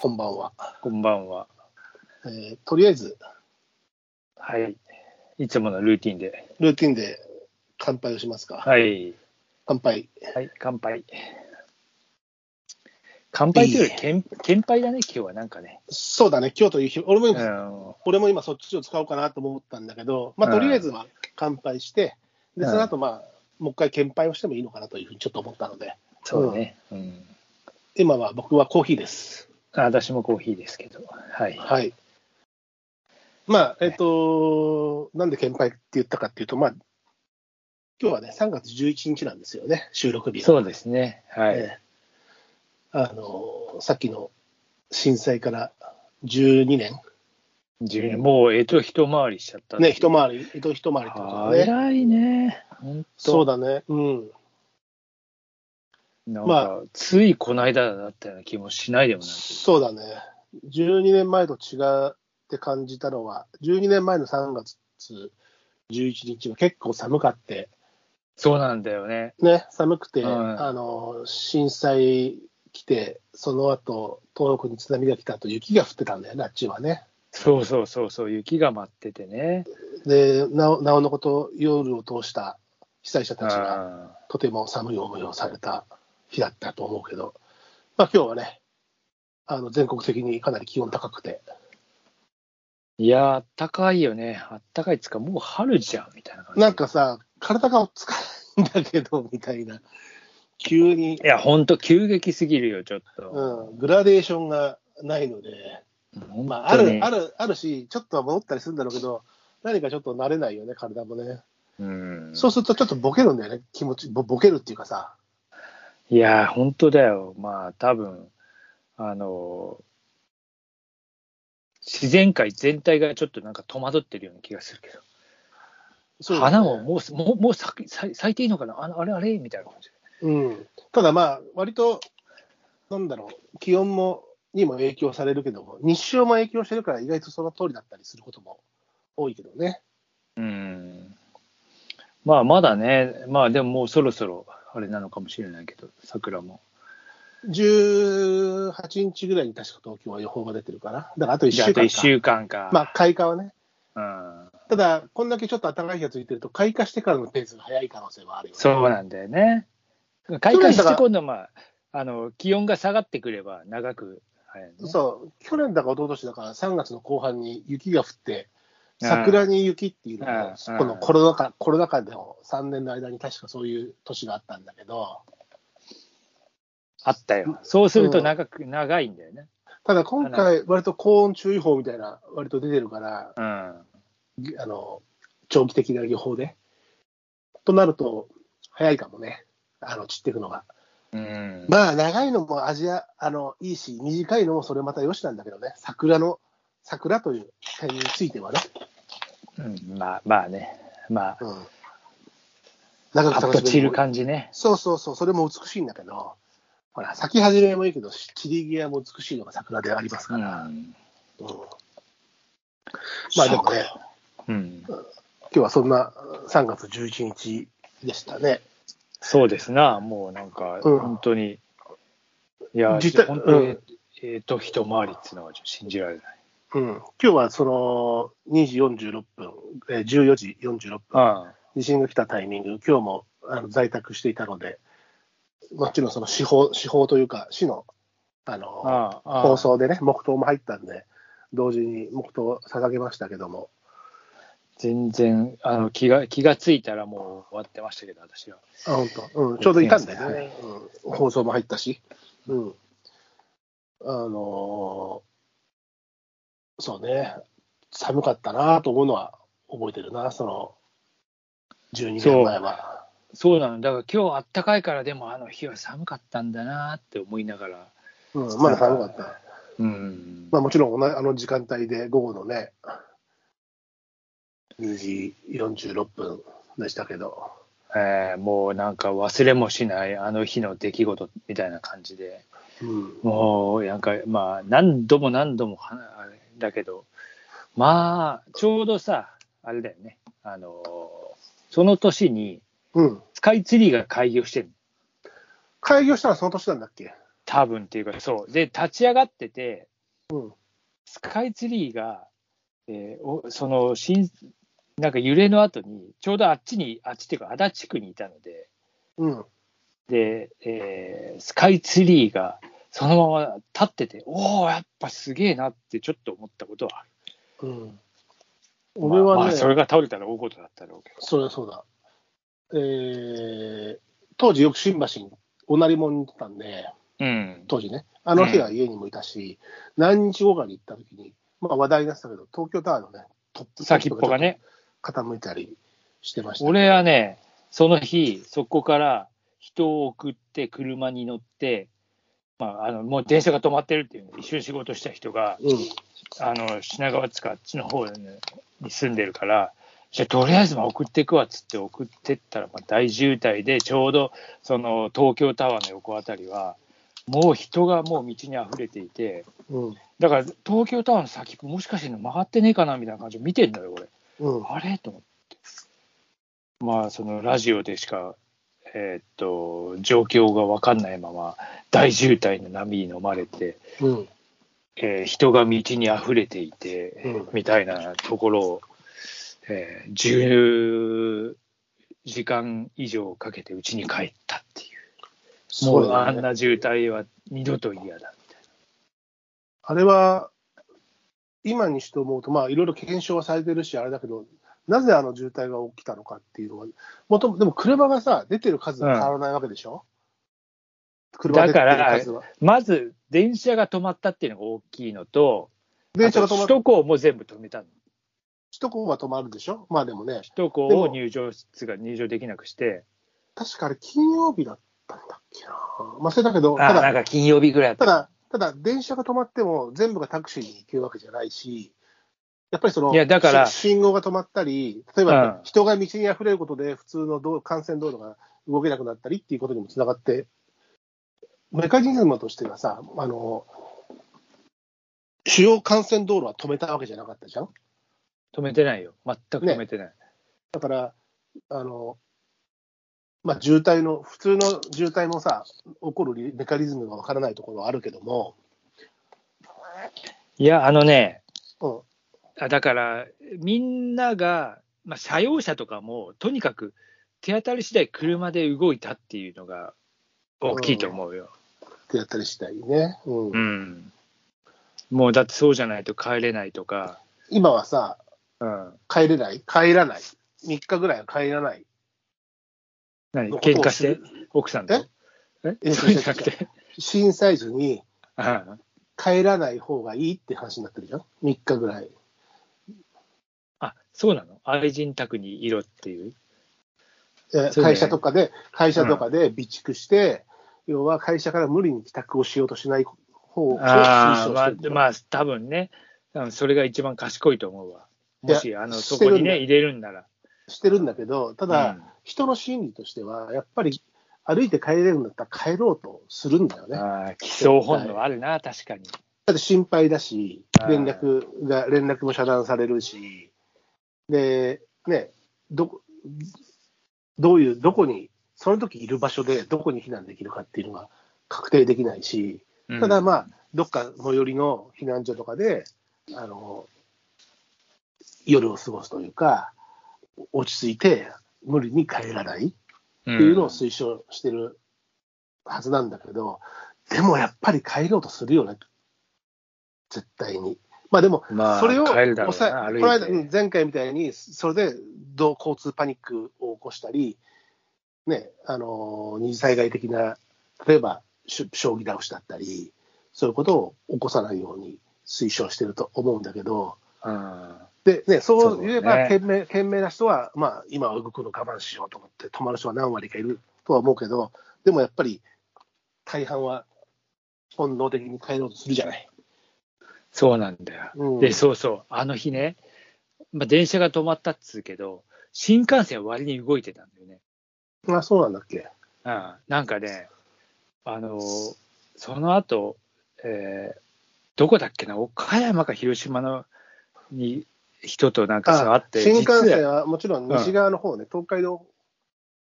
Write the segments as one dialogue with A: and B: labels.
A: こんばんは。
B: こんばんは。
A: えーとりあえず、
B: はい。いつものルーティンで。
A: ルーティンで乾杯をしますか。
B: はい。
A: 乾杯。
B: はい、乾杯。乾杯というより、けん、けんぱいだね、今日はなんかね。
A: そうだね、今日という日、俺も
B: うん。
A: 今,、
B: は
A: 俺も今そっちを使おうかなと思ったんだけど、まあ、とりあえずは乾杯して、で
B: うん
A: その後、まあ、もう一回献杯をしてもいいのかなというふうにちょっと思ったので、
B: そうね。うん。
A: 今は僕はコーヒーです。
B: あ私もコーヒーですけど。はい。
A: はい。まあ、えっ、と、なんで献杯って言ったかっていうと、まあ、今日はね、3月11日なんですよね、収録日が。
B: そうですね。はい。
A: ええあのさっきの震災から12年、
B: 自分もう、えっと、一回りしちゃった。
A: ね、一回り、一回りってことだね。
B: 早いね。本当
A: そうだね、うん、
B: なんか、
A: ま
B: ついこの間だったような気もしないでもないけ
A: そうだね、12年前と違って感じたのは、12年前の3月11日は結構寒かって、
B: どそうなんだよね。
A: ね、寒くて、
B: はい
A: あの震災来て、その後東北に津波が来たと雪が降ってたんだよね、あっちはね。
B: そうそうそうそう、雪が舞っててね。
A: で、なおなおのこと、夜を通した被災者たちが。
B: ああ
A: とても寒い思いをされた日だったと思うけど、まあ今日はね、あの全国的にかなり気温高くて、
B: いやー、あったかいよね。あったかいっつうか、もう春じゃん、みたいな感じ。
A: なんかさ、体がつかないんだけどみたいな、急に、
B: いや、ほんと、急激すぎるよ、ちょっ
A: う
B: と。
A: ん、グラデーションがないので、
B: うん
A: まあ、あるあるあるし、ちょっとは戻ったりするんだろうけど、何かちょっと慣れないよね、体もね。
B: うん、
A: そうするとちょっとボケるんだよね、気持ち、ぼボケるっていうかさ、
B: いやー、ほんとだよ。まあ、多分あのー自然界全体がちょっとなんか戸惑ってるような気がするけど。
A: そうだね
B: 花ももうす、もう、もう咲き咲咲いていいのかなあのあれあれみたいな感じ。
A: うん、ただまあ、割と、なんだろう、気温もにも影響されるけども、日照も影響してるから、意外とその通りだったりすることも多いけどね。
B: うん。まあ、まだね、まあ、でももうそろそろ、あれなのかもしれないけど、桜も。
A: 18日ぐらいに確か東京は予報が出てるから、だからあと1
B: じゃ
A: 週間
B: あ、あと
A: か。
B: 1週間か。
A: まあ、開花はね。
B: うん、
A: ただ、こんだけちょっと暖かい日がついてると、開花してからのペースが早い可能性はあるよね。
B: そうなんだよね。開花して今度は、まあ、あの気温が下がってくれば長く早い、ね。
A: そう去年だか一昨年だから3月の後半に雪が降って、
B: うん
A: 桜に雪っていうの
B: うん
A: が、このコロナ禍コロナ禍での3年の間に確かそういう年があったんだけど、
B: あったよ。そうすると長く、長いんだよね。
A: ただ今回、割と高温注意報みたいな、割と出てるから、
B: うん。
A: ぎあの長期的な予報で。となると、早いかもね、あの散っていくのが。
B: うん、
A: まあ、長いのもアジアあのいいし、短いのもそれまたよしなんだけどね、桜の、桜という点についてはね。
B: うんまあ、まあね。まあ、
A: うん長く
B: パッ
A: 探
B: と
A: し
B: 散
A: て
B: る感じね。
A: そうそうそう、それも美しいんだけど、ほら、咲き始めもいいけど、散り際も美しいのが桜であります
B: う
A: から。
B: ん。
A: うんまあでもね、
B: うん、
A: 今日はそんな3月11日でしたね。
B: そうですな。もうなんか、
A: うん
B: 本当に。いや、
A: 実は
B: 本当に、
A: うん
B: えっ、と、一回りっていうのはちょっと信じられない。
A: うん、今日はその2時46分、えー14時46分、
B: うん。
A: 地震が来たタイミング、今日もあの在宅していたので、もちろんその司法司法というか、市のあの
B: ああ
A: 放送でね、黙祷も入ったんで、同時に黙祷を捧げましたけども、
B: 全然あの気が気がついたらもう終わってましたけど私は
A: あ本当、うん、ちょうどいたんだよ
B: は
A: ね、うん、放送も入ったし、うん、あのーそうね、寒かったなと思うのは覚えてるな、その12年前は。
B: そうなのだから今日あったかいからでもあの日は寒かったんだなって思いながら
A: うん、まだ寒かった。
B: うん、
A: まあ、もちろん同じあの時間帯で午後のね、2時46分でしたけど、
B: えーもうなんか忘れもしないあの日の出来事みたいな感じで
A: うん、
B: もうなんかまあ何度も何度もはあれだけどまあちょうどさあれだよねあのその年に
A: うん、
B: スカイツリーが開業してる
A: 開業したのはその年なんだっけ
B: 多分っていうかそうで立ち上がってて
A: うん。
B: スカイツリーが、えーおその新なんか揺れの後に、ちょうどあっちに、あっちっていうか、足立区にいたので、
A: うん。
B: で、えースカイツリーがそのまま立ってて、おお、やっぱすげえなってちょっと思ったことはある。
A: うん。俺はね、
B: まあまあ、
A: そ
B: そ
A: れ
B: れが倒れたら大事だったろうけど。
A: はそうだ。えー、当時よく新橋におなりもんに行ってたんで、
B: うん。
A: 当時ね、あの日は家にもいたし、何日後かに行った時に、まあ話題になってたけど、東京タワーのね、トップ
B: 先っぽがね、
A: 傾いたりしてました。
B: 俺はね、その日、そこから人を送って、車に乗って、まあ、あのもう電車が止まってるっていうので、一緒に仕事した人が、
A: うん、
B: あの品川つかあっちの方に住んでるから、じゃあとりあえずまあ送っていくわっつって送ってったらまあ大渋滞で、ちょうどその東京タワーの横あたりは、もう人がもう道に溢れていて、
A: うん、
B: だから東京タワーの先、もしかして曲がってねえかなみたいな感じで見てんだよ、俺。
A: うん、
B: あれと思って。まあ、そのラジオでしか、えーっと、状況が分かんないまま、大渋滞の波に飲まれて、
A: うん、
B: えー人が道に溢れていて、
A: うん
B: みたいなところを、えー10時間以上かけて家に帰ったっていう。
A: そ
B: も
A: う
B: うあ
A: だ
B: ん
A: ね。
B: な渋滞は二度と嫌だみたい
A: あれは、今にして思うと、まあ、いろいろ検証はされてるし、あれだけど、なぜあの渋滞が起きたのかっていうのは、もともでも車がさ、出てる数は変わらないわけでしょ、車出てる数は。
B: な。まず、電車が止まったっていうのが大きいのと、
A: 電車が止ま
B: あ
A: る、
B: と首
A: 首
B: 都高も全部止めたの。
A: 都高は止まるでしょまあでもね、
B: 首都高を入場室が入場できなくして、
A: 確かあれ金曜日だったんだっけな。まあ、それだけど、
B: あ
A: た
B: なん
A: だ、
B: か金曜日ぐらいだ
A: た
B: った
A: だ、ただ電車が止まっても全部がタクシーに行けるわけじゃないし、やっぱりその、
B: いやだから
A: し信号が止まったり、例えばね、
B: うん
A: 人が道に溢れることで、普通の道幹線道路が動けなくなったりっていうことにもつながって、メカニズムとしてはさ、あの、主要幹線道路は止めたわけじゃなかったじゃん
B: 止めてないよ。全く止めてない。
A: だから、あの、まあ、渋滞の、普通の渋滞もさ、起こるメカニズムがわからないところはあるけども、
B: いや、あのね、
A: うん、
B: あだから、みんなが、まあ、車用車とかも、とにかく手当たり次第車で動いたっていうのが大きいと思うよ。
A: ってやったりしたいね。うん
B: うん。もうだってそうじゃないと帰れないとか、
A: 今はさ、
B: うん、
A: 帰れない帰らない。3日ぐらいは帰らない。
B: 何
A: のことを
B: 喧嘩して、奥さんと。え
A: え
B: そうじゃなくて。
A: 震災時に
B: あ
A: 帰らない方がいいって話になってるじゃん。3日ぐらい。
B: あ、そうなの愛人宅にいろっていう。
A: え
B: そうね
A: 会社とかで、会社とかで備蓄して、要は会社から無理に帰宅をしようとしない方を推奨
B: ああ、
A: して
B: ま
A: るんだ
B: あ、
A: よ
B: まあ、多分ね、うんそれが一番賢いと思うわ。も
A: い
B: し、
A: や
B: あの、
A: し
B: そ
A: て
B: こ
A: る
B: に
A: んだ
B: ね、入れるんなら。
A: してるんだけど、ただ、
B: うん
A: 人の心理としては、やっぱり歩いて帰れるんだったら帰ろうとするんだよね。だ
B: ああ、気象本能あるな、確かに。
A: って心配だし、
B: はい
A: 連絡が、連絡も遮断されるし、で、ね、どこ、どういう、どこに、その時いる場所でどこに避難できるかっていうのが確定できないし、ただまあ、どっか最寄りの避難所とかで、あの、夜を過ごすというか、落ち着いて無理に帰らない
B: あ、
A: っていうのを推奨してるはずなんだけど、でもやっぱり帰ろうとするよね、絶対に。まあでも、
B: まあ
A: それを
B: 帰るだろうな
A: 抑え、
B: 歩いて
A: この間、うん前回みたいに、それでどう交通パニックを起こしたり、ね、あの二次災害的な、例えばし将棋倒しだったり、そういうことを起こさないように推奨してると思うんだけど、
B: あ
A: で、ね、そう言えば、
B: そうね
A: 賢明賢明な人は、まあ、今は動くの我慢しようと思って、止まる人は何割かいるとは思うけど、でもやっぱり、大半は本能的に帰ろうとするじゃない。
B: ーそうなんだよ。
A: うん
B: で、そうそう、あの日ね、まあ、電車が止まったっつうけど、新幹線は割に動いてたんだよね。
A: あ、そうなんだっけ。
B: うん、なんかね、あのーその後、えーどこだっけな、岡山か広島のに人となんかさ、会って、
A: 新幹
B: 実
A: 線
B: は
A: はもちろん西側の方ね、東海道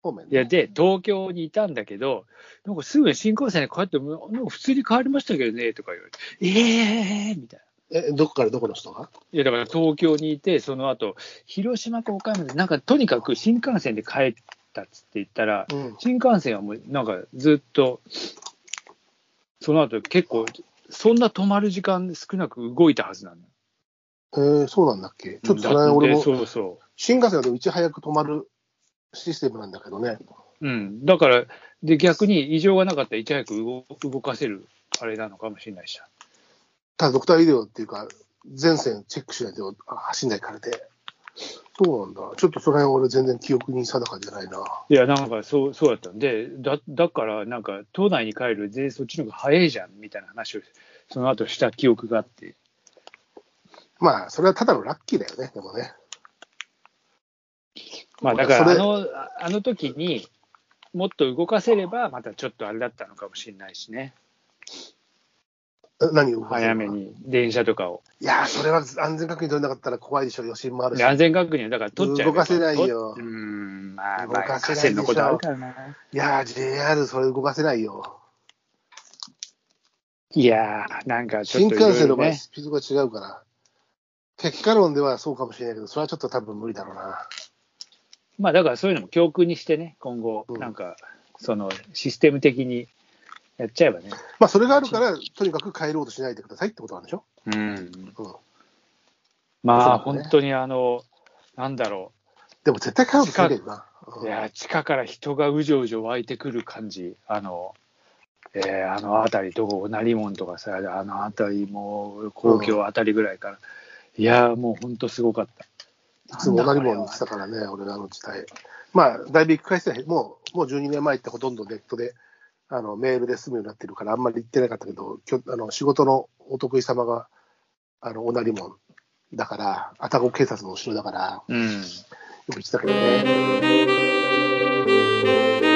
A: 方面
B: いや、で、東京にいたんだけど、なんかすぐに新幹線で帰っても、なんか普通に帰りましたけどね、とか言われて、ええーみたいな。
A: え、どこからどこの人が
B: いや、だから東京にいて、その後、広島か岡山で、なんかとにかく新幹線で帰ったっつって言ったら、
A: うん。
B: 新幹線はもうなんかずっと、その後結構、そんな止まる時間少なく動いたはずなの。
A: えー、そうなんだっけ。ちょっとそれは俺
B: で
A: も、
B: そうそう。
A: 新幹線だといち早く止まるシステムなんだけどね。
B: うん、だからで、逆に異常がなかったらいち早く動動かせるあれなのかもしれないし、
A: ただドクター医療っていうか、全線チェックしないと走んないからで。そうなんだ。ちょっとその辺俺全然記憶に定かじゃないな。
B: いや、なんかそうそうだったんで、だだから、なんか、都内に帰るで、そっちの方が早いじゃんみたいな話を、その後した記憶があって、
A: まあ、それはただのラッキーだよね、でもね。
B: まあ、だから
A: そ
B: あ
A: れ
B: の、ああの時にもっと動かせれば、またちょっとあれだったのかもしれないしね、
A: え何を
B: 早め。に電車とかを。
A: いやー、それは安全確認取れなかったら怖いでしょ、余震もあるし
B: で。安全確認は、だから取っちゃえば
A: 動かせないよ
B: 取っうん、まあ、
A: 動
B: まあ、
A: かせ
B: 河
A: ないでしょ
B: 川のことあるからな。
A: いやー、JR それ動かせないよ。
B: いやー、なんかちょ
A: 新
B: っといろいろね、
A: 幹線の場合、スピードが違うから。結果論ではそうかもしれないけど、それはちょっと多分無理だろうな。
B: まあだからそういうのも教訓にしてね、今後
A: う、ん
B: なんか、そのシステム的にやっちゃえばね。
A: まあ、それがあるから、とにかく帰ろうとしないでくださいってことなんでしょ。
B: うん。
A: うん。
B: まあ、
A: そうだね
B: 本当にあの、なんだろ
A: でも絶対帰ろうとしないでるな。
B: う、
A: う
B: い
A: ん
B: や、地下から人がうじょうじょ湧いてくる感じ、あの、えーあの辺り、どこ、成門とかさ、あの辺り、もう、公共辺りぐらいから、いやー、もう本当すごかった。
A: いつも同じものにしたからね、俺らの時代。まあ、だいぶ行く回数は減もう、もう12年前ってほとんどネットで、あの、メールで済むようになってるから、あんまり行ってなかったけど、きょあの仕事のお得意様が、あの、おなりもんだから、愛宕警察の後ろだから、よ
B: うん。
A: く行ってたけどね。